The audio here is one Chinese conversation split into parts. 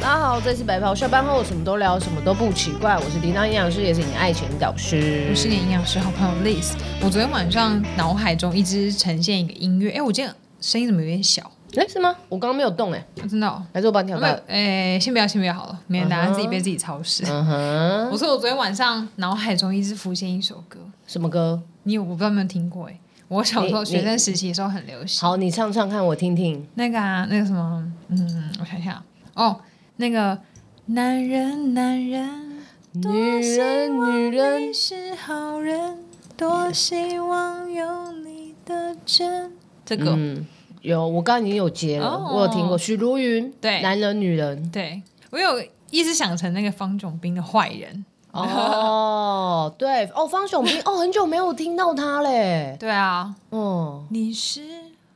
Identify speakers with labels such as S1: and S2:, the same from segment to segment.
S1: 大家好，这是白袍。下班后什么都聊，什么都不奇怪。我是叮当营养师，也是你的爱情导师。
S2: 我是你营养师好朋友 Liz。我昨天晚上脑海中一直呈现一个音乐，哎、我今天声音怎么有点小？
S1: 哎、是吗？我刚刚没有动哎、
S2: 啊真的、哦？
S1: 还是我帮你调
S2: 没有
S1: 大？，
S2: 哎、先不要，先不要好了，免得大家自己被自己吵死。
S1: 呃嗯哼，
S2: 我说我昨天晚上脑海中一直浮现一首歌，
S1: 什么歌？
S2: 你有我不知道有没有听过、哎，我小时候
S1: 你
S2: 学生时期的时候很流行。
S1: 好，你唱唱看，我听听。
S2: 那个啊，那个什么，嗯，我想想，哦，那个男人，男人，多
S1: 女
S2: 希
S1: 人，
S2: 望
S1: 女人
S2: 你，是好人，多希望有你的真。这个、
S1: 嗯，有，我刚刚已经有接了，
S2: 哦
S1: 我有听过许茹芸，
S2: 对
S1: 男人，女人，
S2: 对我有一直想成那个方炯斌的坏人。
S1: 哦，对，哦，方炯斌，哦，很久没有听到他嘞，
S2: 对啊，
S1: 哦，
S2: 你是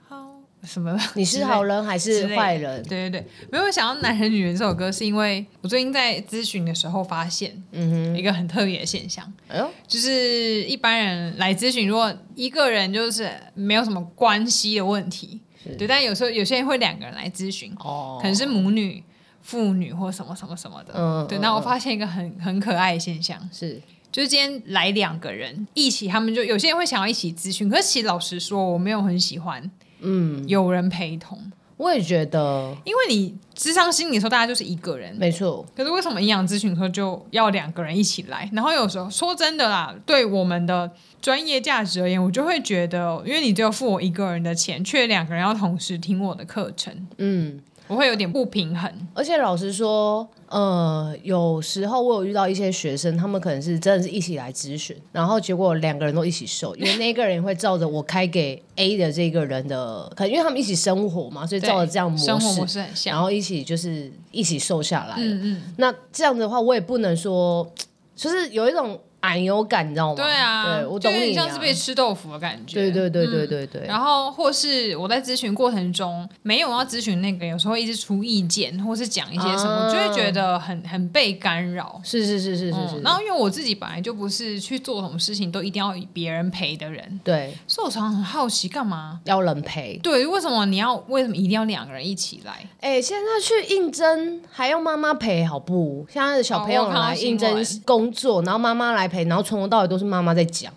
S2: 好什么？
S1: 你是好人还是坏人？
S2: 对对对，没有想到《男人女人》这首歌，是因为我最近在咨询的时候发现
S1: 嗯
S2: 一个很特别的现象，
S1: 哼，哎呦，
S2: 就是一般人来咨询，如果一个人就是没有什么关系的问题，对，但有时候有些人会两个人来咨询，
S1: 哦
S2: 可，能是母女、父女或什么什么什么的。
S1: 嗯
S2: 对，
S1: 嗯
S2: 那我
S1: 嗯
S2: 发现一个很很可爱的现象，
S1: 是，
S2: 就是今天来两个人一起，他们就有些人会想要一起咨询，可是其实老实说，我没有很喜欢
S1: 嗯，
S2: 有人陪同，
S1: 我也觉得，
S2: 因为你智商心理的时候，大家就是一个人。
S1: 没错，
S2: 可是为什么营养咨询的时候就要两个人一起来？然后有时候说真的啦，对我们的专业价值而言，我就会觉得，因为你只有付我一个人的钱，却两个人要同时听我的课程，
S1: 嗯。
S2: 我会有点不平衡。
S1: 而且老实说，呃，有时候我有遇到一些学生，他们可能是真的是一起来咨询，然后结果两个人都一起瘦，因为那个人会照着我开给 A 的这个人的，可能因为他们一起生活嘛，所以
S2: 对
S1: 照着这样模式，
S2: 生活模式很像
S1: 然。后一起就是一起瘦下来了。
S2: 嗯嗯，
S1: 那这样的话，我也不能说，就是有一种矮油感，你知道吗？
S2: 对啊，
S1: 对我
S2: 就
S1: 懂
S2: 有点
S1: 你、啊，
S2: 像是被吃豆腐的感觉。
S1: 对对对对
S2: 嗯
S1: 对对，
S2: 然后，或是我在咨询过程中没有要咨询那个，有时候一直出意见，或是讲一些什么，
S1: 啊
S2: 我就会觉得很很被干扰。
S1: 是是是是是是，
S2: 嗯，然后因为我自己本来就不是去做什么事情都一定要别人陪的人，
S1: 对，
S2: 所以我常常很好奇干嘛？
S1: 要人陪。
S2: 对，为什么你要为什么一定要两个人一起来？
S1: 哎、现在去应征还要妈妈陪，好不？现在的小朋友来应征工作，然后妈妈来陪，然后从头到尾都是妈妈在讲。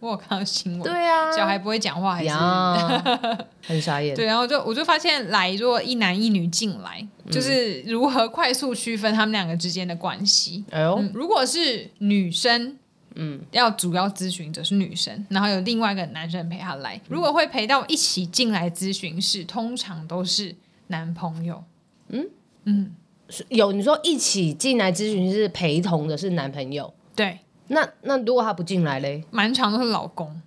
S2: 我有看到新闻，
S1: 对啊，
S2: 小孩不会讲话还是
S1: 呀，很傻眼。
S2: 对，然后就我就发现来，如果一男一女进来，就是
S1: 嗯
S2: 如何快速区分他们两个之间的关系。
S1: 哎呦，
S2: 嗯，如果是女生，嗯，要主要咨询者是女生，然后有另外一个男生陪她来。如果会陪到一起进来咨询室，通常都是男朋友。
S1: 有你说一起进来咨询是陪同的是男朋友，
S2: 对，
S1: 那那如果他不进来嘞？
S2: 蛮常都是老公，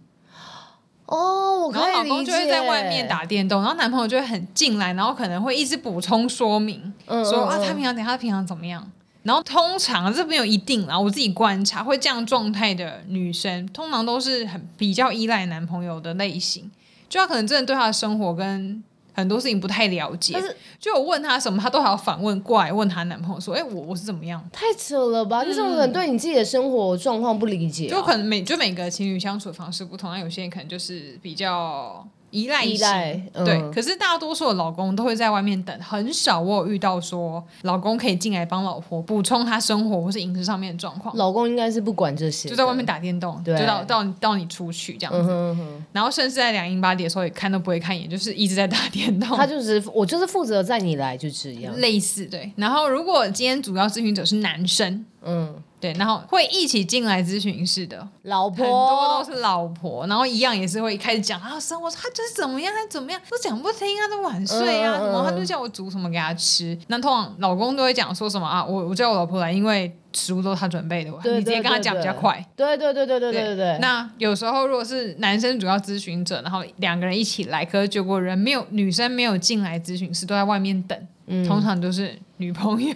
S1: 哦，我可
S2: 然后
S1: 以
S2: 老
S1: 理
S2: 公就会
S1: 解
S2: 在外面，打电动，然后男朋友就会很进来，然后可能会一直补充说明，
S1: 嗯
S2: 说
S1: 嗯
S2: 啊，他
S1: 嗯
S2: 平常怎样，他平常怎么样。然后通常这没有一定啦，我自己观察会这样状态的女生，通常都是很比较依赖男朋友的类型，就她可能真的对她的生活跟很多事情不太了解
S1: 但是，
S2: 就我问她什么，她都还要反问过来问她男朋友说，哎、我我是怎么样？
S1: 太扯了吧？你怎么可能对你自己的生活状况不理解啊、
S2: 就可能每就每个情侣相处的方式不同，那有些人可能就是比较依赖
S1: 依
S2: 型
S1: 赖嗯
S2: 对。可是大多数的老公都会在外面等，很少我有遇到说老公可以进来帮老婆补充她生活或是饮食上面的状况，
S1: 老公应该是不管这些，
S2: 就在外面。打电动，
S1: 对
S2: 就到到到你出去这样
S1: 嗯
S2: 子。
S1: 哼哼，
S2: 然后甚至在两英八里的时候也看都不会看一眼，就是一直在打电动。
S1: 他就只是我就是负责载你来，就这样。
S2: 类似对。然后如果今天主要咨询者是男生，
S1: 嗯，
S2: 对，然后会一起进来咨询室的，
S1: 老
S2: 很多
S1: 婆
S2: 都是老婆，然后一样也是会开始讲啊，生活他就是怎么样，他怎么样都讲不听啊，都晚睡啊，
S1: 嗯嗯
S2: 什么他
S1: 嗯
S2: 就叫我煮什么给他吃。那通常老公都会讲说什么啊，我我叫我老婆来，因为食物都是他准备的，
S1: 对
S2: 你直接
S1: 对
S2: 跟他
S1: 对
S2: 讲比
S1: 对
S2: 较快。
S1: 对对对对对对对对。
S2: 那有时候如果是男生主要咨询者，然后两个人一起来，可是结果人没有女生没有进来咨询室，都在外面等，
S1: 嗯
S2: 通常都是女朋友。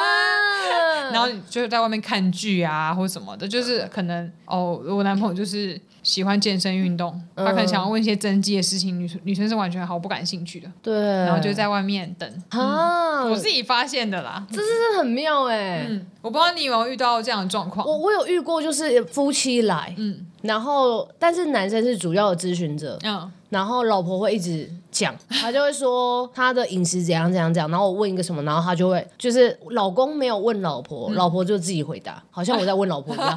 S1: 啊
S2: 然后就在外面看剧啊，或什么的，
S1: 嗯
S2: 就是可能哦，我男朋友就是喜欢健身运动，他
S1: 嗯
S2: 可能想要问一些增肌的事情，女生女生是完全毫不感兴趣的，
S1: 对，
S2: 然后就在外面等。
S1: 啊，
S2: 我自己发现的啦，
S1: 这真的很妙哎、
S2: 嗯，我不知道你有没有遇到这样的状况，
S1: 我我有遇过，就是夫妻来，
S2: 嗯
S1: 然后但是男生是主要的咨询者，
S2: 嗯，
S1: 然后老婆会一直讲，她就会说她的饮食怎样怎样怎样，然后我问一个什么，然后她就会就是老公没有问老
S2: 嗯
S1: 婆，老婆就自己回答，好像我在问老婆一 样，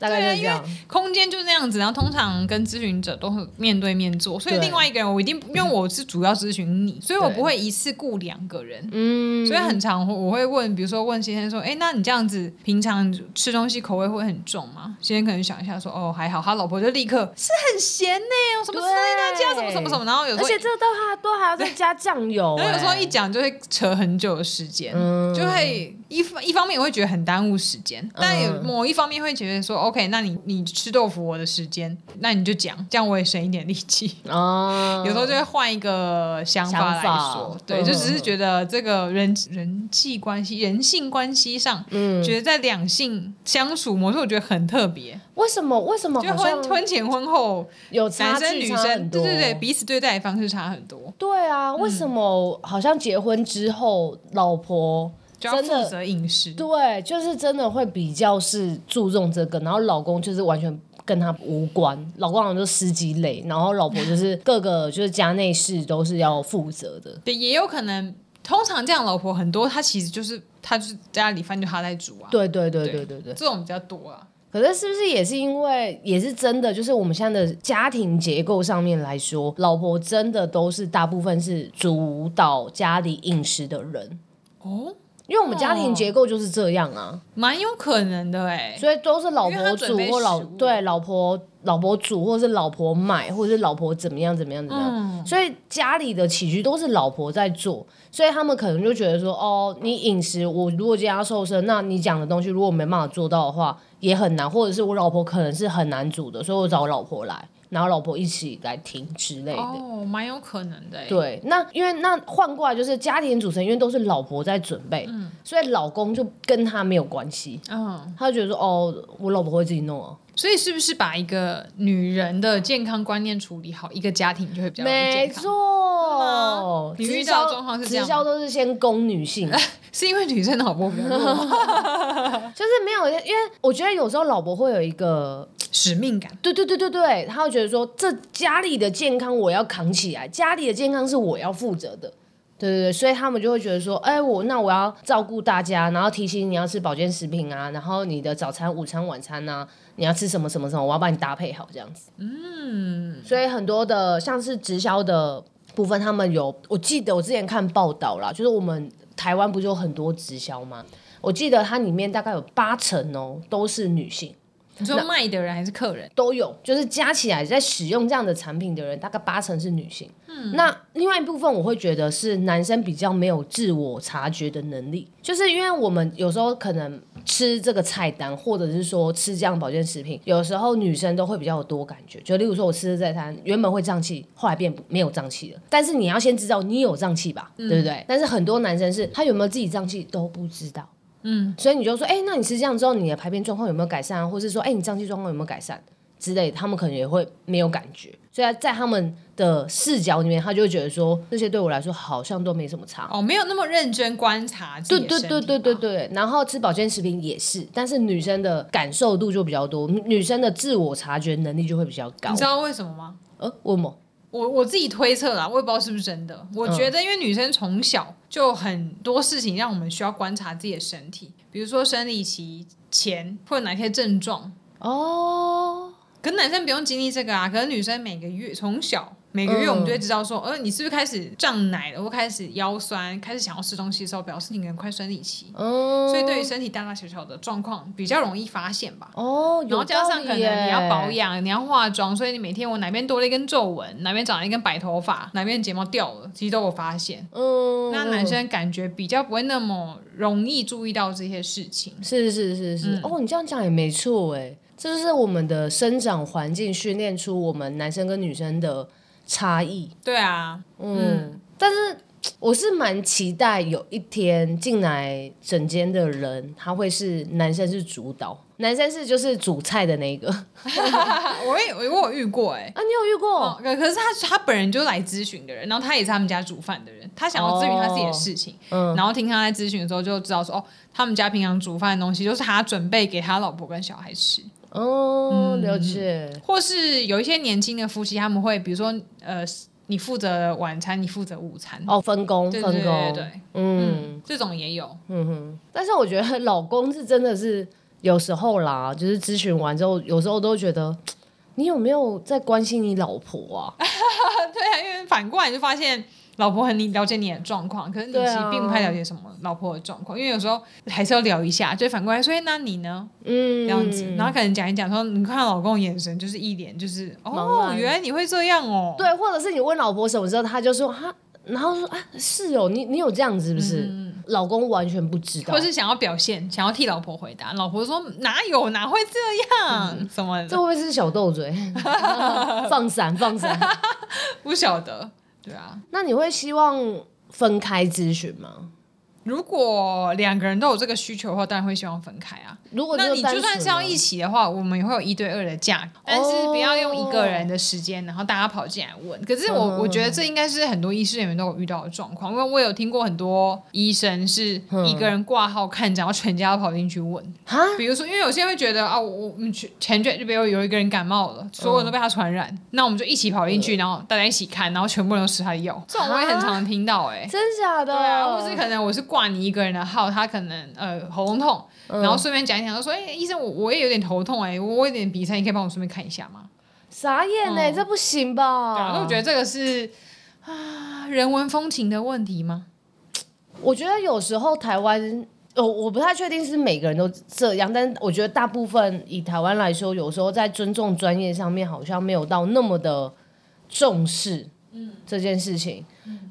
S1: 大概
S2: 啊
S1: 就是这样。
S2: 空间就那样子，然后通常跟咨询者都会面对面做，所以
S1: 对
S2: 另外一个人我一定因为我是主要咨询你，所以我
S1: 对
S2: 不会一次雇两个人，
S1: 嗯，
S2: 所以很常我会问，比如说问先生说，哎、那你这样子平常吃东西口味会很重吗？先生可能想一下说，哦还好，他老婆就立刻是很咸呢、什么
S1: 对
S2: 吃那加什么什么什么，然后有时
S1: 而
S2: 候
S1: 且这都还都还要再加酱 油、
S2: 然后有时候
S1: 哎
S2: 一讲就会扯很久的时间，
S1: 嗯
S2: 就会一方一方面我会觉得很耽误时间，但有某一方面会觉得说、o k 那你你吃豆腐我的时间，那你就讲，这样我也省一点力气。
S1: 哦，
S2: 有时候就会换一个想法来
S1: 想
S2: 说，
S1: 法
S2: 对，
S1: 嗯
S2: 就只是觉得这个人人际关系、人性关系上，
S1: 嗯，
S2: 觉得在两性相处模式，我觉得很特别，
S1: 为什么为什么
S2: 就
S1: 好
S2: 婚
S1: 像
S2: 婚前婚后，
S1: 有差
S2: 男生
S1: 距
S2: 女
S1: 差
S2: 生，
S1: 很
S2: 对
S1: 多？
S2: 对对，嗯彼此对待的方式差很多，
S1: 对啊，为什么好像结婚之后，老婆
S2: 就要
S1: 真的
S2: 负责饮食，
S1: 对，就是真的会比较是注重这个，然后老公就是完全。跟他无关，老公好像就司机类，然后老婆就是各个就是家内事都是要负责的。
S2: 对，也有可能，通常这样老婆很多，她其实就是她就是家里饭就她在煮啊，
S1: 对对对
S2: 对
S1: 对对对。
S2: 这种比较多啊。
S1: 可是是不是也是因为也是真的，就是我们现在的家庭结构上面来说，老婆真的都是大部分是主导家里饮食的人，
S2: 哦，
S1: 因为我们家庭结构就是这样啊，
S2: 蛮有可能的哎、
S1: 所以都是老
S2: 因为她
S1: 婆
S2: 准
S1: 煮
S2: 备
S1: 或老
S2: 食物
S1: 对老婆老婆煮，或是老婆买，或是老婆怎么样怎么样怎么样。
S2: 嗯，
S1: 所以家里的起居都是老婆在做，所以他们可能就觉得说，哦，你饮食我如果今天要瘦身，那你讲的东西如果没办法做到的话，也很难，或者是我老婆可能是很难煮的，所以我找老婆来，然后老婆一起来听之类的。
S2: 哦，蛮有可能的、欸。，
S1: 对，那因为那换过来就是家庭组成，因为都是老婆在准备，所以老公就跟他没有关系，
S2: 嗯，
S1: 他就觉得说哦，我老婆会自己弄哦、
S2: 所以是不是把一个女人的健康观念处理好，一个家庭就会比较容易
S1: 没
S2: 健康？
S1: 错，
S2: 你遇
S1: 直
S2: 到的
S1: 销
S2: 状况是这
S1: 直
S2: 样
S1: 销都是先攻女性，
S2: 是因为女生脑波比较弱吗，
S1: 就是没有，因为我觉得有时候老婆会有一个，
S2: 使命感。
S1: 对对对对对，她会觉得说，这家里的健康我要扛起来，家里的健康是我要负责的。对对对，所以他们就会觉得说，哎，我那我要照顾大家，然后提醒你要吃保健食品啊，然后你的早餐、午餐、晚餐啊，你要吃什么什么什么，我要帮你搭配好这样子。嗯，所以很多的像是直销的部分，他们有，我记得我之前看报道啦，就是我们台湾不就有很多直销吗？我记得它里面大概有八成哦都是女性，
S2: 你说卖的人还是客人？
S1: 都有，就是加起来在使用这样的产品的人，大概八成是女性。嗯，那另外一部分我会觉得是男生比较没有自我察觉的能力，就是因为我们有时候可能吃这个菜单，或者是说吃这样的保健食品，有时候女生都会比较有多感觉。就例如说我吃这菜单，原本会胀气，后来变不没有胀气了，但是你要先知道你有胀气吧，对不对？但是很多男生是他有没有自己胀气都不知道。嗯，所以你就说，哎、那你吃这样之后，你的排便状况有没有改善啊？或是说，哎、你胀气状况有没有改善？之类的，他们可能也会没有感觉，所以在他们的视角里面，他就会觉得说这些对我来说好像都没什么差。
S2: 哦，没有那么认真观察自
S1: 对
S2: 己的
S1: 对
S2: 身体
S1: 对对对
S2: 吧，
S1: 对，然后吃保健食品也是，但是女生的感受度就比较多，女女生的自我察觉能力就会比较高
S2: 你知。道为什么吗？
S1: 呃，为什么？
S2: 我我自己推测啦，我也不知道是不是真的。我觉得，因为女生从小就很多事情让我们需要观察自己的身体，比如说生理期前会有哪些症状。
S1: 哦，
S2: 可是男生不用经历这个啊，可是女生每个月从小每个月
S1: 嗯
S2: 我们就会知道说，呃，你是不是开始胀奶了，或开始腰酸，开始想要吃东西的时候，表示你可能快生理期。
S1: 嗯，
S2: 所以对于身体大大小小的状况比较容易发现吧。
S1: 哦，
S2: 然
S1: 有
S2: 后加上可能
S1: 道理耶
S2: 你要保，养，你要化妆，所以你每天我哪边多了一根皱纹，哪边长了一根白头发，哪边睫毛掉了，其实都有发现。
S1: 嗯，
S2: 那男生感觉比较不会那么容易注意到这些事情。
S1: 是是是
S2: 嗯
S1: 是，哦，你这样讲也没错哎，这就是我们的生长环境训练出我们男生跟女生的差异。
S2: 对啊，
S1: 嗯，但是我是蛮期待有一天进来整间的人，他会是男生是主导，男生是就是煮菜的那个啊，
S2: 我也我有遇过哎、
S1: 你有遇过？
S2: 哦，可可是他他本人就是来咨询的人，然后他也是他们家煮饭的人，他想要咨询他
S1: 哦
S2: 自己的事情，
S1: 嗯
S2: 然后听他在咨询的时候就知道说，哦，他们家平常煮饭的东西就是他准备给他老婆跟小孩吃，嗯
S1: 嗯、哦，了解，
S2: 或是有一些年轻的夫妻，他们会比如说呃，你负责晚餐，你负责午餐，
S1: 哦，分工，
S2: 对
S1: 分
S2: 对
S1: 工，
S2: 对对对，
S1: 嗯。
S2: 嗯，这种也有，
S1: 但是我觉得老公是真的是有时候啦， 就是咨询完之后，有时候都觉得你有没有在关心你老婆啊？
S2: 对啊，因为反过来就发现。老婆很了解你的状况，可是你其
S1: 对
S2: 实
S1: 啊
S2: 并不太了解什么老婆的状况，因为有时候还是要聊一下。就反过来说，哎，那你呢？
S1: 嗯，
S2: 这样子，然后可能讲一讲说，你看老公的眼神就是一脸就是
S1: 茫
S2: 哦，
S1: 然
S2: 原来你会这样哦，
S1: 对，啊或者是你问老婆什么时候，她就说哈，然后说啊，是哦，你你有这样子是不
S2: 嗯
S1: 是？老公完全不知道，
S2: 或是想要表现，想要替老婆回答，老婆说哪有哪会这样，什么
S1: 嗯这
S2: 的
S1: 会不会是小斗 嘴？放闪放闪。
S2: 不晓得，对啊。
S1: 那你会希望分开咨询吗？
S2: 如果两个人都有这个需求的话，当然会希望分开啊。
S1: 如果
S2: 那你
S1: 单
S2: 就算
S1: 纯
S2: 是要
S1: 呢
S2: 一起的话，我们也会有一对二的价格，但是不要用一个人的时间，然后大家跑进来问。可是我、
S1: 嗯
S2: 我觉得这应该是很多医师人员都有遇到的状况，因为我有听过很多医生是一个人挂号看诊，然后全家都跑进去问。
S1: 哈，
S2: 比如说，因为有些人会觉得啊，我我我们全全卷就比如有一个人感冒了，所有人都被他传染，
S1: 嗯
S2: 那我们就一起跑进去，然后大家一起看，然后全部人都吃他的药。这种我
S1: 啊
S2: 也很常听到哎、欸
S1: 真假的？
S2: 对啊，或是
S1: 嗯
S2: 可能我是挂你一个人的号，他可能呃喉咙痛，
S1: 嗯
S2: 然后顺便讲一讲，他说：“哎、医生，我我也有点头痛哎、我我有点鼻塞，你可以帮我顺便看一下吗
S1: 傻眼呢、这不行？”吧？
S2: 嗯对啊，那我觉得这个是啊人文风情的问题吗？
S1: 我觉得有时候台湾，呃，我不太确定是每个人都这样，但我觉得大部分以台湾来说，有时候在尊重专业上面好像没有到那么的重视，这件事情。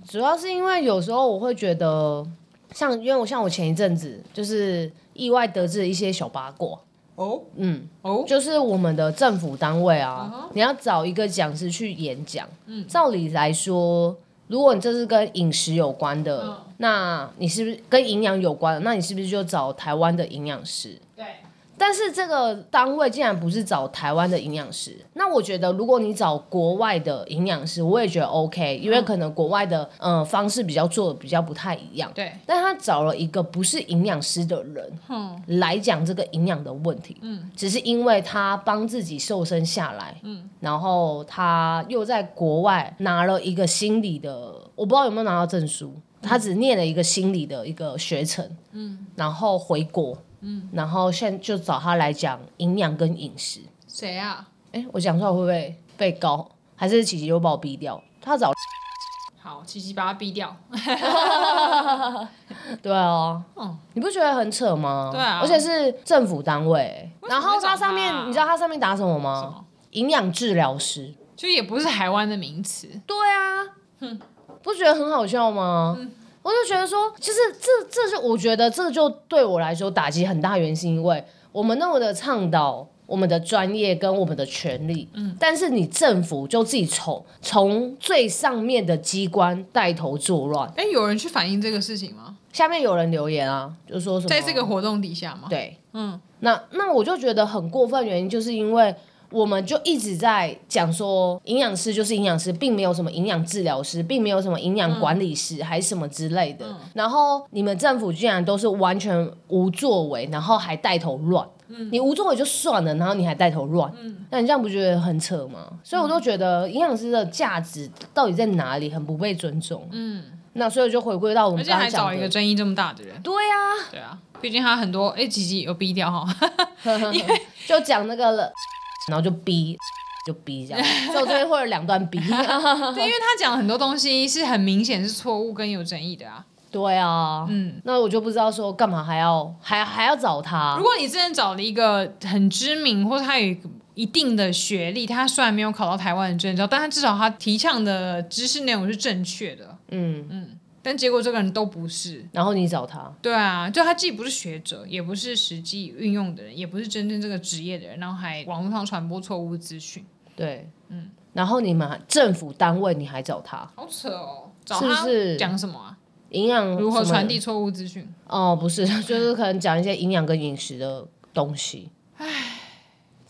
S1: 主要是因为有时候我会觉得，像因为我像我前一阵子就是意外得知一些小八卦，
S2: 哦
S1: 嗯，
S2: 哦，
S1: 就是我们的政府单位啊你要找一个讲师去演讲。照理来说，如果你这是跟饮食有关的，那你是不是跟营养有关的？那你是不是就找台湾的营养师？
S2: 对，
S1: 但是这个单位竟然不是找台湾的营养师，那我觉得如果你找国外的营养师，我也觉得 OK，因为可能国外的嗯、呃方式比较做的比较不太一样。
S2: 对，
S1: 但他找了一个不是营养师的人，
S2: 嗯
S1: 来讲这个营养的问题，嗯，只是因为他帮自己瘦身下来，嗯，然后他又在国外拿了一个心理的，我不知道有没有拿到证书，他只念了一个心理的一个学程，嗯，然后回国，嗯，然后现在就找他来讲营养跟饮食，
S2: 谁啊？
S1: 哎、我讲出来会不会被告？还是琪琪又把我逼掉？他找
S2: 好，琪琪把他逼掉。
S1: 对啊，
S2: 嗯
S1: 你不觉得很扯吗？
S2: 对啊
S1: 而且是政府单位，
S2: 为什么
S1: 然后
S2: 会找
S1: 它上面、
S2: 他啊
S1: 你知道它上面打什么
S2: 什
S1: 吗
S2: 么？
S1: 营养治疗师。
S2: 就也不是台湾的名词，
S1: 对啊，不觉得很好笑吗？
S2: 嗯
S1: 我就觉得说，其实这这就我觉得这就对我来说打击很大，原因是因为我们那么的倡导我们的专业跟我们的权利，嗯，但是你政府就自己从从最上面的机关带头作乱。
S2: 哎、有人去反映这个事情吗？
S1: 下面有人留言啊，就说什么
S2: 在这个活动底下吗？
S1: 对，
S2: 嗯，
S1: 那那我就觉得很过分，原因就是因为我们就一直在讲说营养师就是营养师，并没有什么营养治疗师，并没有什么营
S2: 嗯
S1: 养管理师，还是什么之类的。然后你们政府竟然都是完全无作为，然后还带头乱。
S2: 嗯
S1: 你无作为就算了，然后你还带头乱，那你这样不觉得很扯吗？所以
S2: 嗯
S1: 我都觉得营养师的价值到底在哪里，很不被尊重。嗯，那所以就回归到我
S2: 而
S1: 们
S2: 且
S1: 刚
S2: 还
S1: 刚
S2: 找
S1: 讲
S2: 一个
S1: 的，
S2: 争议这么大的人，
S1: 对呀、啊，
S2: 对啊，毕竟他很多，哎、琪琪有逼掉哈。
S1: 就讲那个了，然后就逼，就逼 这样，所以我这边会有两段逼。
S2: 对，因为他讲很多东西是很明显是错误跟有争议的啊。
S1: 对啊，
S2: 嗯，
S1: 那我就不知道说干嘛还要还还要找他
S2: 如。果你真的找了一个很知名，或者他有一个一定的学历，他虽然没有考到台湾的证照，但他至少他提倡的知识内容是正确的。
S1: 嗯
S2: 嗯，但结果这个人都不是。
S1: 然后你找他，
S2: 对啊，就他既不是学者，也不是实际运用的人，也不是真正这个职业的人，然后还网络上传播错误资讯，
S1: 对，嗯，然后你们政府单位你还找他，
S2: 好扯哦！找
S1: 是不
S2: 他
S1: 是
S2: 讲什么啊？
S1: 营养
S2: 如何
S1: 什么
S2: 传？递错误资讯？
S1: 哦，不是， 就是可能讲一些营养跟饮食的东西。唉，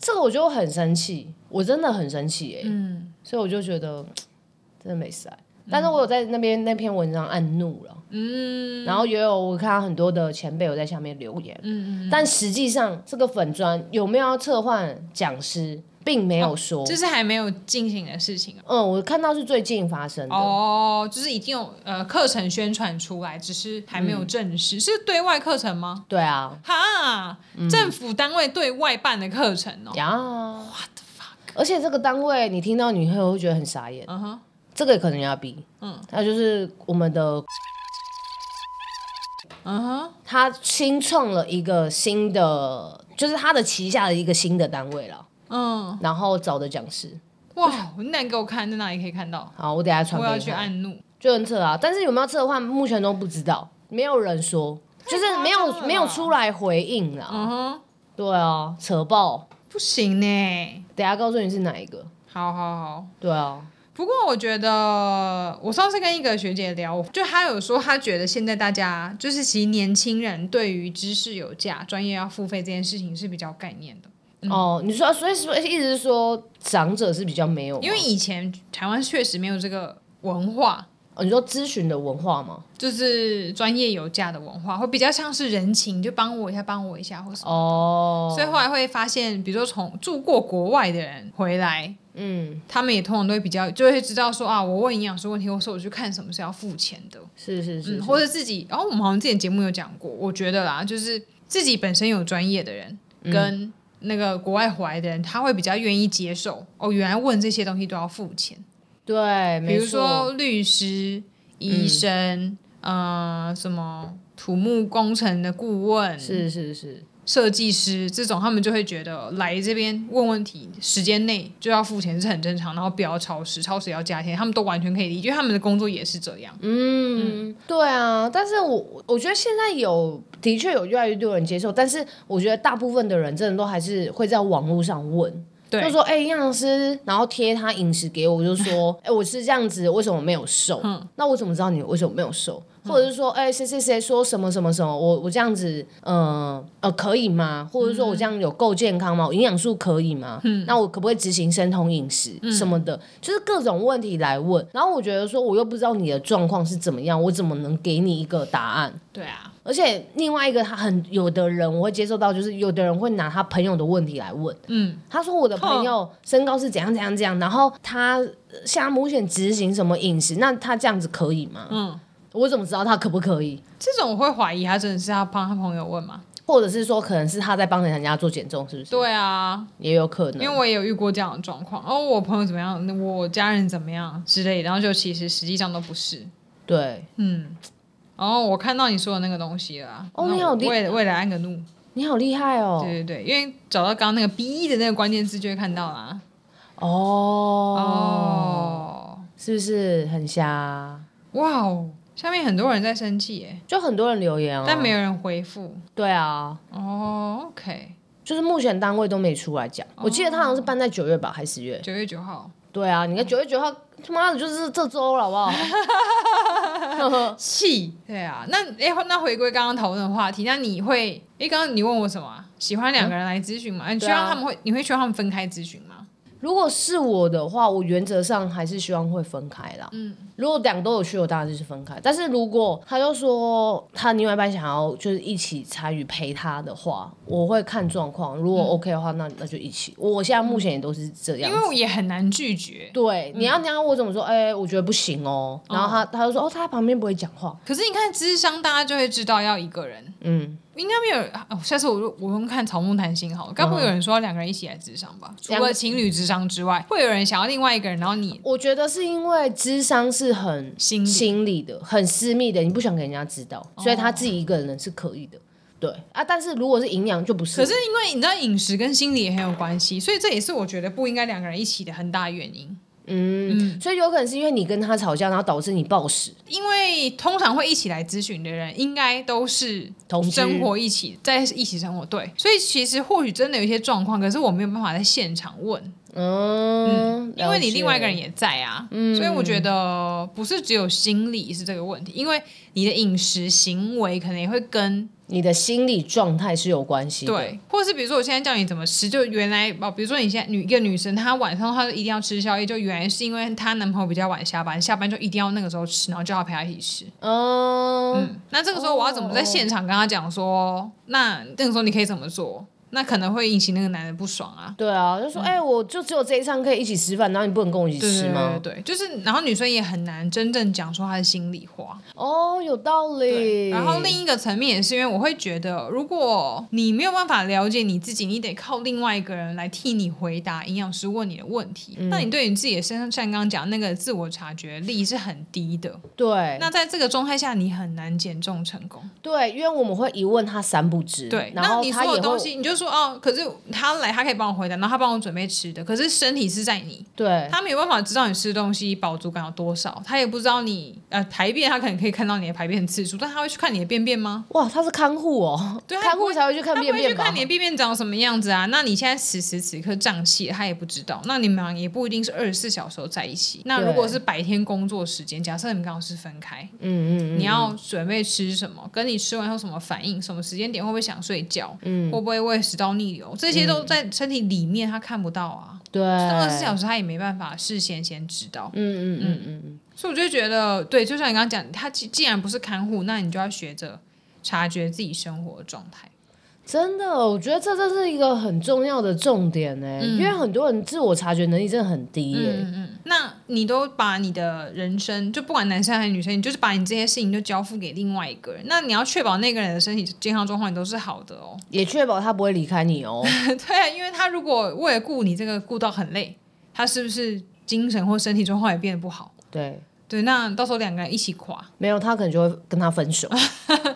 S1: 这个我就很生气，我真的很生气耶、
S2: 嗯，
S1: 所以我就觉得真的没事。啊但是我有在那边那篇文章按怒了，嗯，然后也有我看到很多的前辈有在下面留言，嗯嗯，但实际上这个粉砖有没有要撤换讲师，并没有说，
S2: 这是还没有进行的事情啊
S1: 嗯，我看到是最近发生的，
S2: 哦，就是已经有呃课程宣传出来，只是还没有正式，是对外课程吗？
S1: 对啊，
S2: 哈，政府单位对外办的课程哦，
S1: 呀，what the fuck，而且这个单位你听到你会会觉得很傻眼，
S2: 嗯哼，
S1: 这个可能要逼，嗯，那就是我们的
S2: 嗯哼，
S1: 他新创了一个新的，就是他的旗下的一个新的单位了，
S2: 嗯，
S1: 然后找的讲师。
S2: 哇，你哪给我看？在哪里可以看到？
S1: 好，我等一下传
S2: 我
S1: 给
S2: 要
S1: 你
S2: 去
S1: 看，
S2: 按怒，
S1: 就很扯啊。但是有没有撤换，目前都不知道，没有人说，就是没
S2: 太夸张
S1: 有
S2: 了
S1: 没有出来回应啦。
S2: 嗯哼，
S1: 对啊，扯爆！
S2: 不行呢，
S1: 等一下告诉你是哪一个。
S2: 好好好。
S1: 对啊，
S2: 不过我觉得，我上次跟一个学姐聊，就她有说，她觉得现在大家就是其实年轻人对于知识有价、专业要付费这件事情是比较有概念的，
S1: 哦，你说，所以所以意思是说，长者是比较没有吗，
S2: 因为以前台湾确实没有这个文化，
S1: 哦你说咨询的文化嘛，
S2: 就是专业有价的文化，会比较像是人情，就帮我一下，帮我一下，或什么。
S1: 哦，
S2: 所以后来会发现，比如说从住过国外的人回来，
S1: 嗯，
S2: 他们也通常都会比较就会知道说啊，我问营养师问题，或是我去看什么是要付钱的，
S1: 是是是
S2: 嗯，
S1: 是
S2: 或者自己，然、后我们好像之前节目有讲过，我觉得啦，就是自己本身有专业的人
S1: 嗯
S2: 跟那个国外回来的人，他会比较愿意接受哦，原来问这些东西都要付钱，
S1: 对，
S2: 比
S1: 没
S2: 如
S1: 错，嗯
S2: 说律师、医生，呃，什么土木工程的顾问、
S1: 是是是，
S2: 设计师这种，他们就会觉得来这边问问题，时间内就要付钱是很正常，然后不要超时，超时也要加钱，他们都完全可以理解，因为他们的工作也是这样。
S1: 嗯，对啊，但是我我觉得现在有的确有越来越多人接受，但是我觉得大部分的人真的都还是会在网络上问，
S2: 对
S1: 就说哎，营养师，然后贴他饮食给我，就说哎、我吃这样子，为什么没有瘦？那我怎么知道你为什么没有瘦？或者是说，哎、谁谁谁说什么什么什么，我我这样子，嗯呃，可以吗？或者说我这样有够健康吗？我营养素可以吗？那我可不可以执行生酮饮食什么的？就是各种问题来问。然后我觉得说，我又不知道你的状况是怎么样，我怎么能给你一个答案？
S2: 对啊，
S1: 而且另外一个，他很有的人我会接受到，就是有的人会拿他朋友的问题来问。
S2: 嗯，
S1: 他说我的朋友身高是怎样怎样怎样，然后他呃下目前执行什么饮食，那他这样子可以吗？
S2: 嗯，
S1: 我怎么知道他可不可以？
S2: 这种我会怀疑他真的是他帮他朋友问吗？
S1: 或者是说，可能是他在帮人家做减重，是不是？
S2: 对啊，
S1: 也有可
S2: 因为
S1: 能。
S2: 我也有遇过这样的状况，哦，我朋友怎么样，我家人怎么样之类的，然后就其实实际上都不是。
S1: 对，
S2: 嗯，哦，我看到你说的那个东西了啊。
S1: 哦
S2: 那
S1: 你好
S2: 我
S1: 厉
S2: 为了为了按个怒，
S1: 你好厉害哦！
S2: 对对对，因为找到刚刚那个 “b” 的那个关键字就会看到啦。
S1: 哦，
S2: 哦，
S1: 是不是很瞎？
S2: 哇哦，下面很多人在生气耶，
S1: 就很多人留言哦，
S2: 但没有人回复。
S1: 对啊，
S2: 哦，OK，
S1: 就是目前单位都没出来
S2: 哦
S1: 讲。我记得他好像是办在九月吧，还是十月？
S2: 九月九号，
S1: 对啊，你看九月九号，他妈的就是这周了，好不 好？
S2: 气，对啊，那哎、那回归刚刚讨论的话题，那你会哎，诶刚刚你问我什么啊、喜欢两个人来咨询吗？你希
S1: 对啊
S2: 望他们会，你会希望他们分开咨询吗？
S1: 如果是我的话，我原则上还是希望会分开啦。嗯，如果两都有去，我当然就是分开。但是如果他就说他另外一半想要就是一起参与陪他的话，我会看状况。如果 OK 的话，那那就一起。我现在目前也都是这样
S2: 嗯因
S1: 子。
S2: 为我嗯也很难拒绝。
S1: 对，你要你要我怎么说？哎、我觉得不行哦。然后他、他就说哦，他在旁边不会讲话。
S2: 可是你看智商，大家就会知道要一个人，
S1: 嗯，
S2: 应该没有。哦、下次我就我用看草木谈心好了，该不会有人说要两个人一起来智商吧？除
S1: 两嗯
S2: 了情侣智商之外，会有人想要另外一个人，然后你
S1: 我觉得是因为智商是很
S2: 心哦里
S1: 心理的、很私密的，你不想给人家知道，所以他自己一个人是可以的。对啊，但是如果是营养就不是。
S2: 可是因为你知道饮食跟心理也很有关系，所以这也是我觉得不应该两个人一起的很大原因。
S1: 嗯，所以有可能是因为你跟他吵架，然后导致你暴食。
S2: 因为通常会一起来咨询的人，应该都是
S1: 同居
S2: 生活一起在一起生活，对，所以其实或许真的有一些状况，可是我没有办法在现场问，
S1: 嗯，
S2: 因为你另外一个人
S1: 也
S2: 也在啊，
S1: 嗯
S2: 所以我觉得不是只有心理是这个问题，因为你的饮食行为可能也会跟
S1: 你的心理状态是有关系的。
S2: 对，或者是比如说我现在叫你怎么吃，就原来哦，比如说你现在女一个女生，她晚上她一定要吃宵夜，就原来是因为她男朋友比较晚下班，下班就一定要那个时候吃，然后就要陪她一起吃。
S1: 嗯，
S2: 嗯，那这个时候我要怎么在现场跟她讲说，那那个时候你可以怎么做？那可能会引起那个男人不爽啊。
S1: 对啊，就说哎、我就只有这一餐可以一起吃饭，然后你不能跟我一起
S2: 对
S1: 吃
S2: 对
S1: 吗
S2: 对？对，就是，然后女生也很难真正讲出她的心里话。
S1: 哦，有道理。
S2: 对，然后另一个层面也是因为我会觉得，如果你没有办法了解你自己，你得靠另外一个人来替你回答营养师问你的问题。那你对你自己的身上，像刚刚讲那个自我察觉力是很低的。
S1: 对
S2: 那在这个状态下，你很难减重成功。
S1: 对，因为我们会一问他三不知，
S2: 对，
S1: 嗯然
S2: 那
S1: 后
S2: 你
S1: 他
S2: 所有
S1: 也
S2: 东
S1: 会
S2: 西，你就说哦，可是他来，他可以帮我回答，然后他帮我准备吃的，可是身体是在你。
S1: 对
S2: 他没有办法知道你吃东西饱足感有多少，他也不知道你呃排便，他可能可以看到你的排便次数，但他会去看你的便便吗？
S1: 哇，他是看护哦，
S2: 对他
S1: 看
S2: 不
S1: 护
S2: 会
S1: 才会去看
S2: 他
S1: 便
S2: 不会
S1: 便
S2: 去
S1: 吧？
S2: 看你的便便长什么样子啊？那你现在此时此刻胀气，他也不知道。那你们俩也不一定是二十四小时都在一起。那如果是白天工作时间，假设你们刚好是分开，
S1: 嗯嗯
S2: 你要准备吃什么，跟你吃完后什么反应，什么时间点会不会想睡觉，
S1: 嗯
S2: 会不会胃食道逆流，这些都在身体里面，他看不到啊。
S1: 对，
S2: 二十四小时他也没办法事先先知道。
S1: 嗯嗯嗯嗯嗯，
S2: 所以我就觉得，对，就像你刚刚讲，他既既然不是看护，那你就要学着察觉自己生活的状态。
S1: 真的，我觉得这真是一个很重要的重点呢、
S2: 嗯
S1: 因为很多人自我察觉能力真的很低欸耶、
S2: 那你都把你的人生，就不管男生还是女生，你就是把你这些事情就交付给另外一个人。那你要确保那个人的身体健康状况你都是好的哦。
S1: 也确保他不会离开你哦。
S2: 对啊，因为他如果为了顾你这个顾到很累，他是不是精神或身体状况也变得不好？
S1: 对，
S2: 对，那到时候两个人一起垮，
S1: 没有他可能就会跟他分手。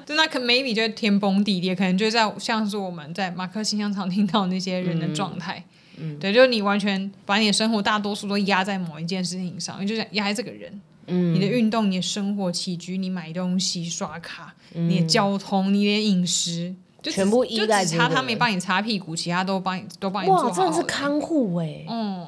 S2: 对，那可 maybe 就会天崩地裂，可能就会在像是我们在马克信箱常听到那些人的状态。嗯对，就是你完全把你的生活大多数都压在某一件事情上，就是压在这个人，
S1: 嗯，
S2: 你的运动、你的生活起居、你买东西、刷卡、你的交通、你的饮食，就
S1: 嗯
S2: 只
S1: 全部依
S2: 就
S1: 赖
S2: 只
S1: 这
S2: 差
S1: 个
S2: 他没
S1: 人
S2: 帮你擦屁股，其他都帮你都帮你做好
S1: 哇，真的是
S2: 好
S1: 看护哎、
S2: 嗯，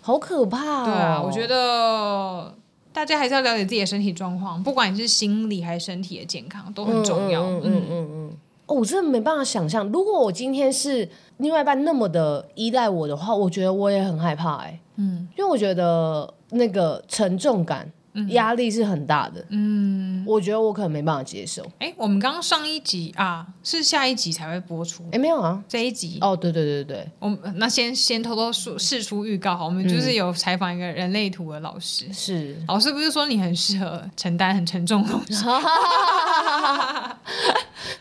S1: 好可怕、哦。
S2: 对啊，我觉得大家还是要了解自己的身体状况，不管你是心理还是身体的健康都很重要。
S1: 嗯嗯嗯嗯。哦，我真的没办法想象，如果我今天是另外一半那么的依赖我的话，我觉得我也很害怕哎、嗯，因为我觉得那个沉重感、压力是很大的。嗯，我觉得我可能没办法接受。
S2: 哎、我们刚刚上一集啊，是下一集才会播出。
S1: 哎，没有啊。
S2: 这一集，
S1: 哦，对对对对对，
S2: 我们那先先偷偷说试出预告好，我们
S1: 嗯
S2: 就是有采访一个人类图的老师，
S1: 是。
S2: 老师不是说你很适合承担很沉重的东西，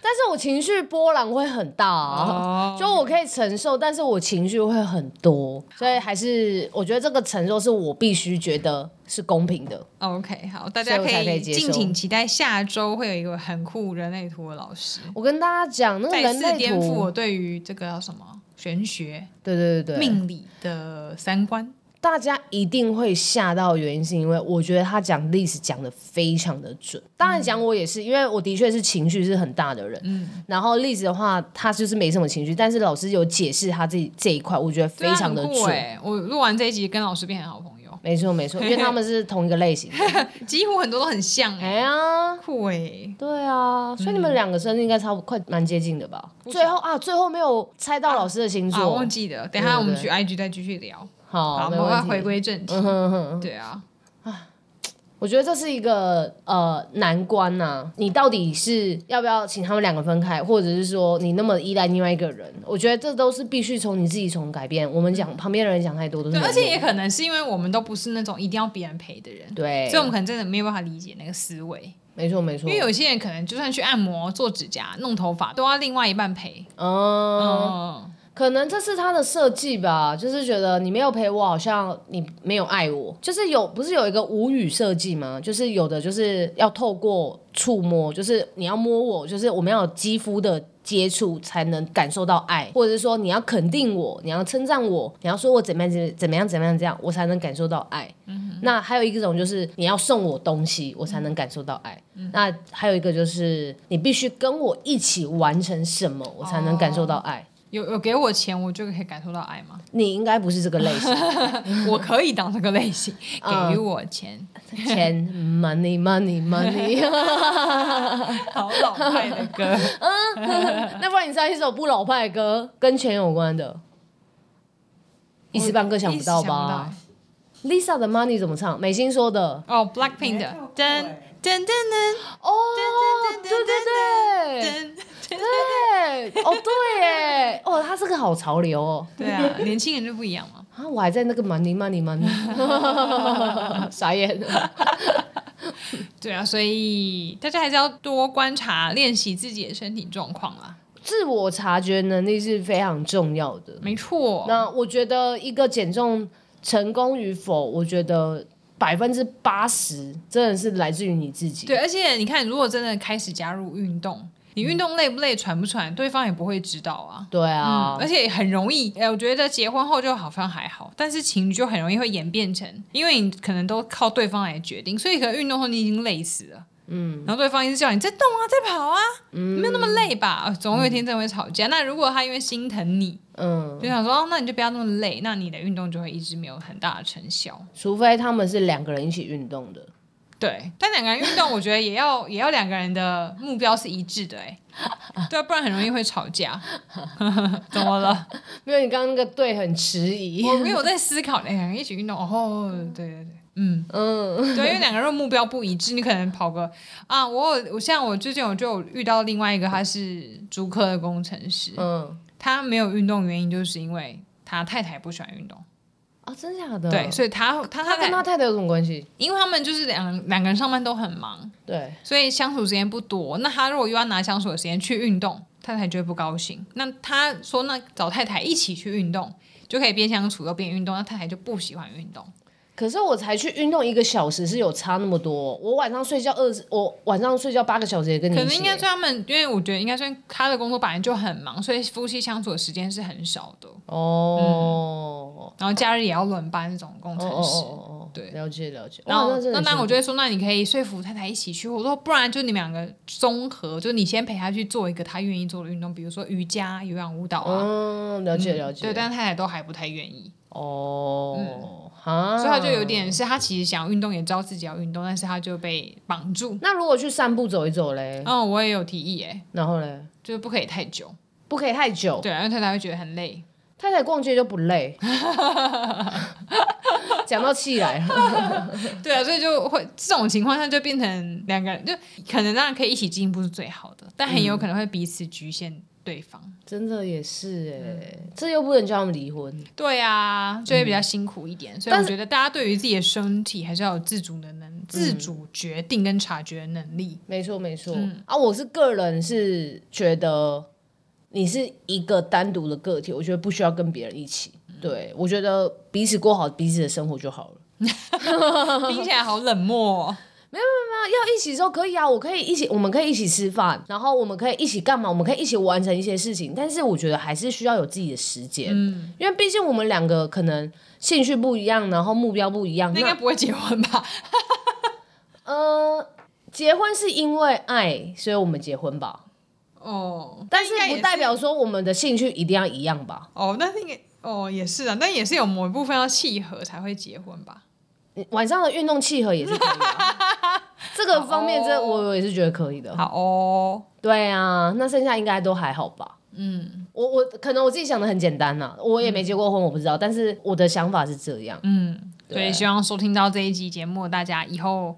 S1: 但是我情绪波澜会很大、啊，就我可以承受，但是我情绪会很多，所以还是我觉得这个承受是我必须觉得是公平的。
S2: OK，好，大家
S1: 所以我
S2: 可
S1: 才可以
S2: 以
S1: 接
S2: 敬
S1: 受
S2: 请期待下周会有一个很酷人类图的老师，
S1: 我跟大家讲，那个
S2: 再
S1: 人
S2: 次
S1: 类
S2: 颠覆
S1: 图，
S2: 我对于这个叫什么玄学、
S1: 对对对对，
S2: 命理的三观。
S1: 大家一定会吓到，原因是因为我觉得他讲历史讲的非常的准。当然讲我也是，因为我的确是情绪是很大的人，
S2: 嗯
S1: 然后历史的话，他就是没什么情绪，但是老师有解释他自己这一块，我觉得
S2: 对
S1: 非
S2: 啊
S1: 常的
S2: 很酷
S1: 准。
S2: 哎、我录完这一集跟老师变成好朋友，
S1: 没错没错，因为他们是同一个类型的。
S2: 几乎很多都很像哎、
S1: 哎呀，
S2: 酷哎、
S1: 对啊，所以你们两个生日应该差不快蛮接近的吧？
S2: 不
S1: 最后啊，最后没有猜到老师的星
S2: 啊，
S1: 座，
S2: 忘记了，
S1: 对
S2: 等一下
S1: 对
S2: 我们
S1: 对
S2: 去 IG 再继续聊。好，
S1: 好，
S2: 我
S1: 没
S2: 们要
S1: 问
S2: 回
S1: 题。
S2: 归正题。
S1: 嗯哼哼，
S2: 对啊，
S1: 我觉得这是一个呃难关呐、你到底是要不要请他们两个分开，或者是说你那么依赖另外一个人？我觉得这都是必须从你自己从改变。我们讲旁边的人讲太多都是
S2: 对，
S1: 没有
S2: 而
S1: 用，
S2: 且也可能是因为我们都不是那种一定要别人陪的人，
S1: 对，
S2: 所以我们可能真的没有办法理解那个思维。
S1: 没错没错，
S2: 因为有些人可能就算去按摩、做指甲、弄头发，都要另外一半陪。
S1: 嗯
S2: 嗯，
S1: 可能这是他的设计吧，就是觉得你没有陪我，好像你没有爱我。就是有不是有一个无语设计吗？就是有的就是要透过触摸，就是你要摸我，就是我们要有肌肤的接触才能感受到爱，或者是说你要肯定我，你要称赞我，你要说我怎么样怎怎么样怎么样这样，我才能感受到爱。那还有一种就是你要送我东西，我才能感受到爱。那还有一个就是你必须跟我一起完成什么，我才能感受到爱。
S2: 有有给我钱，我就可以感受到爱吗？
S1: 你应该不是这个类 型，
S2: 我可以当这个类型，
S1: 嗯
S2: 给予我 钱，
S1: 钱 money money money，
S2: 好老派的歌。
S1: 那不然你唱一首不老派的歌，跟钱有关的，一时半刻想不到吧？Lisa 的 money 怎么唱？美心说的
S2: 哦，Blackpink 的噔噔噔
S1: 哦，
S2: 对
S1: 对对对
S2: 噔噔，
S1: 对，对，哦对耶，哦他这个好潮流哦。
S2: 对啊，年轻人就不一样嘛。
S1: 啊，我还在那个 money money money，傻眼了。
S2: 对啊，所以大家还是要多观察、练习自己的身体状况啊啦。
S1: 自我察觉能力是非常重要的。
S2: 没错，
S1: 那我觉得一个减重成功与否，我觉得百分之八十真的是来自于你自己。
S2: 对，而啊且你看，如果真的开始加入运动，你运动累不累、喘不喘，对方也不会知道啊。
S1: 对
S2: 嗯
S1: 啊，，
S2: 而且很容易，哎、我觉得结婚后就好像还好，但是情侣就很容易会演变成，因为你可能都靠对方来决定，所以可能运动后你已经累死了，嗯，然后对方一直叫你再动啊，再跑啊，没有那么累吧，哦总有一天真的会吵架。那如果他因为心疼你，
S1: 嗯，
S2: 就想说，哦，那你就不要那么累，那你的运动就会一直没有很大的成效。
S1: 除非他们是两个人一起运动的。
S2: 对，但两个人运动，我觉得也要也要两个人的目标是一致的、欸，哎，对啊，不然很容易会吵架。 怎么了？
S1: 没有，你刚刚那个对很迟疑。
S2: 我没有在思考，两个人一起运动，哦，对对对。 嗯，
S1: 嗯，
S2: 对，因为两个人的目标不一致，你可能跑个啊，我有我像我最近我就有遇到另外一个，他是竹科的工程师，
S1: 嗯，
S2: 他没有运动原因就是因为他太太不喜欢运动，
S1: 哦，真假的？
S2: 对，所以他他
S1: 他
S2: 太
S1: 跟
S2: 太
S1: 他太太有什么关系？
S2: 因为他们就是两两个人上班都很忙，
S1: 对，
S2: 所以相处时间不多。那他如果又要拿相处的时间去运动，太太就会不高兴。那他说，那找太太一起去运动，就可以边相处又边运动。那太太就不喜欢运动。
S1: 可是我才去运动一个小时，是有差那么多。我晚上睡觉二十，我晚上睡觉八个小时也跟你一
S2: 可
S1: 起。
S2: 能应该算他们，因为我觉得应该算他的工作本来就很忙，所以夫妻相处的时间是很少的。
S1: 哦，
S2: 然后假日也要轮班这种工
S1: 哦
S2: 程
S1: 哦
S2: 师。
S1: 哦哦哦，
S2: 对
S1: 了解了解。
S2: 然
S1: 哇
S2: 后，
S1: 真的
S2: 那
S1: 很
S2: 当然，
S1: 辛苦
S2: 我就会说，那你可以说服太太一起去。我说，不然就你们两个综合，就你先陪她去做一个她愿意做的运动，比如说瑜伽、有氧舞蹈啊，
S1: 嗯，了解了解。
S2: 对，但是太太都还不太愿意，
S1: 哦，哈、
S2: 所以她就有。点是她其实想要运动，也知道自己要运动，但是她就被绑住。
S1: 那如果去散步走一走嘞，
S2: 嗯，我也有提议哎，
S1: 然后嘞，
S2: 就是不可以太久，
S1: 不可以太久，
S2: 对啊，因为太太会觉得很累。
S1: 太太逛街就不 累。 讲到气来了，
S2: 对啊，所以就会这种情况下就变成两个人，就可能当然可以一起进步是最好的，但很有可能会彼此局限对方。
S1: 真的也是哎、
S2: 嗯
S1: 这又不能叫他们离婚。
S2: 对啊，就会比较辛苦一点，所以
S1: 但
S2: 我
S1: 是
S2: 觉得大家对于自己的身体还是要有自主的能、自主决定跟察觉的能力。
S1: 没错没错、
S2: 嗯
S1: 啊，我是个人是觉得你是一个单独的个体，我觉得不需要跟别人一起。
S2: 嗯
S1: 对，我觉得彼此过好彼此的生活就好了。
S2: 听起来好冷漠、哦，
S1: 要一起的时候可以啊，我可以一起，我们可以一起吃饭，然后我们可以一起干嘛？我们可以一起完成一些事情，但是我觉得还是需要有自己的时间，
S2: 嗯
S1: 因为毕竟我们两个可能兴趣不一样，然后目标不一样。
S2: 那
S1: 那
S2: 应该不会结婚吧？
S1: 呃，结婚是因为爱，所以我们结婚吧，
S2: 哦，
S1: 但是
S2: 应该也
S1: 不代表说我们的兴趣一定要一样吧？
S2: 哦，那那个哦也是啊，但也是有某一部分要契合才会结婚吧？
S1: 你嗯晚上的运动契合也是可以的啊、 这个方面
S2: 哦
S1: 这我我也是觉得可以的。
S2: 好哦，
S1: 对啊，那剩下应该都还好吧？嗯，我我可能我自己想的很简单呐、我也没结过婚，我不知道，但是我的想法是这样。
S2: 嗯，
S1: 对
S2: 所以希望收听到这一集节目，大家以后。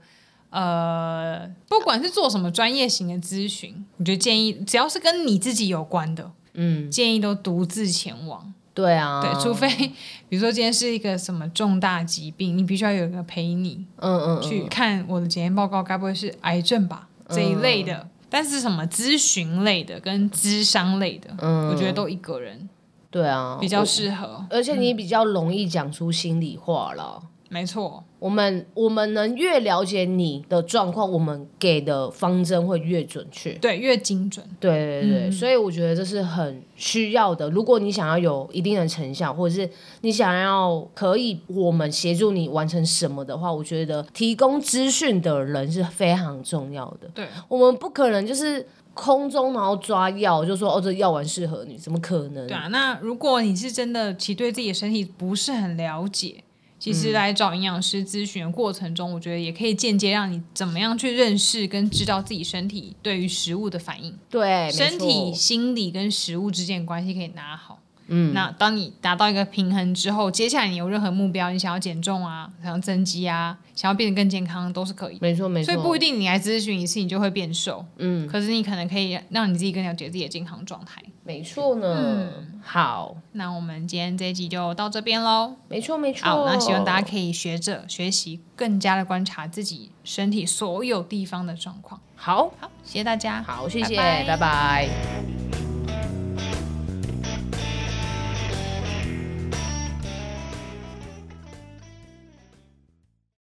S2: 呃，不管是做什么专业型的咨询，我觉得建议只要是跟你自己有关的，
S1: 嗯，
S2: 建议都独自前往。
S1: 对啊，
S2: 对，除非 比如说今天是一个什么重大疾病，你必须要有一个陪你
S1: 嗯嗯嗯，
S2: 去看我的检验报告，该不会是癌症吧这一类的？但是什么咨询类的跟咨商类的，
S1: 嗯
S2: 我觉得都一个人
S1: 对啊，
S2: 比较适合。
S1: 我，而且你比较容易讲出心里话了。
S2: 没错，
S1: 我们我们能越了解你的状况，我们给的方针会越准确。
S2: 对，越精准，
S1: 对对对，
S2: 嗯
S1: 所以我觉得这是很需要的。如果你想要有一定的成效，或者是你想要可以我们协助你完成什么的话，我觉得提供资讯的人是非常重要的。
S2: 对，
S1: 我们不可能就是空中然后抓药，就说哦这药丸适合你，怎么可能？
S2: 对啊。那如果你是真的其实对自己的身体不是很了解，其
S1: 嗯
S2: 实来找营养师咨询的过程中，我觉得也可以间接让你怎么样去认识跟知道自己身体对于食物的反应，
S1: 对，哎没
S2: 身体、
S1: 错
S2: 心理跟食物之间的关系可以拿好。
S1: 嗯，
S2: 那当你达到一个平衡之后，接下来你有任何目标，你想要减重啊，想要增肌啊，想要变得更健康，都是可以的。
S1: 没错没错，
S2: 所以不一定你来咨询一次你就会变瘦，
S1: 嗯，
S2: 可是你可能可以让你自己更了解自己的健康状态。
S1: 没错呢。
S2: 嗯
S1: 好，
S2: 那我们今天这一集就到这边喽。
S1: 没错没错。
S2: 好，那希望大家可以学着学习，更加的观察自己身体所有地方的状况。
S1: 好
S2: 好，谢谢大家。
S1: 好，谢谢，
S2: 拜拜
S1: 拜拜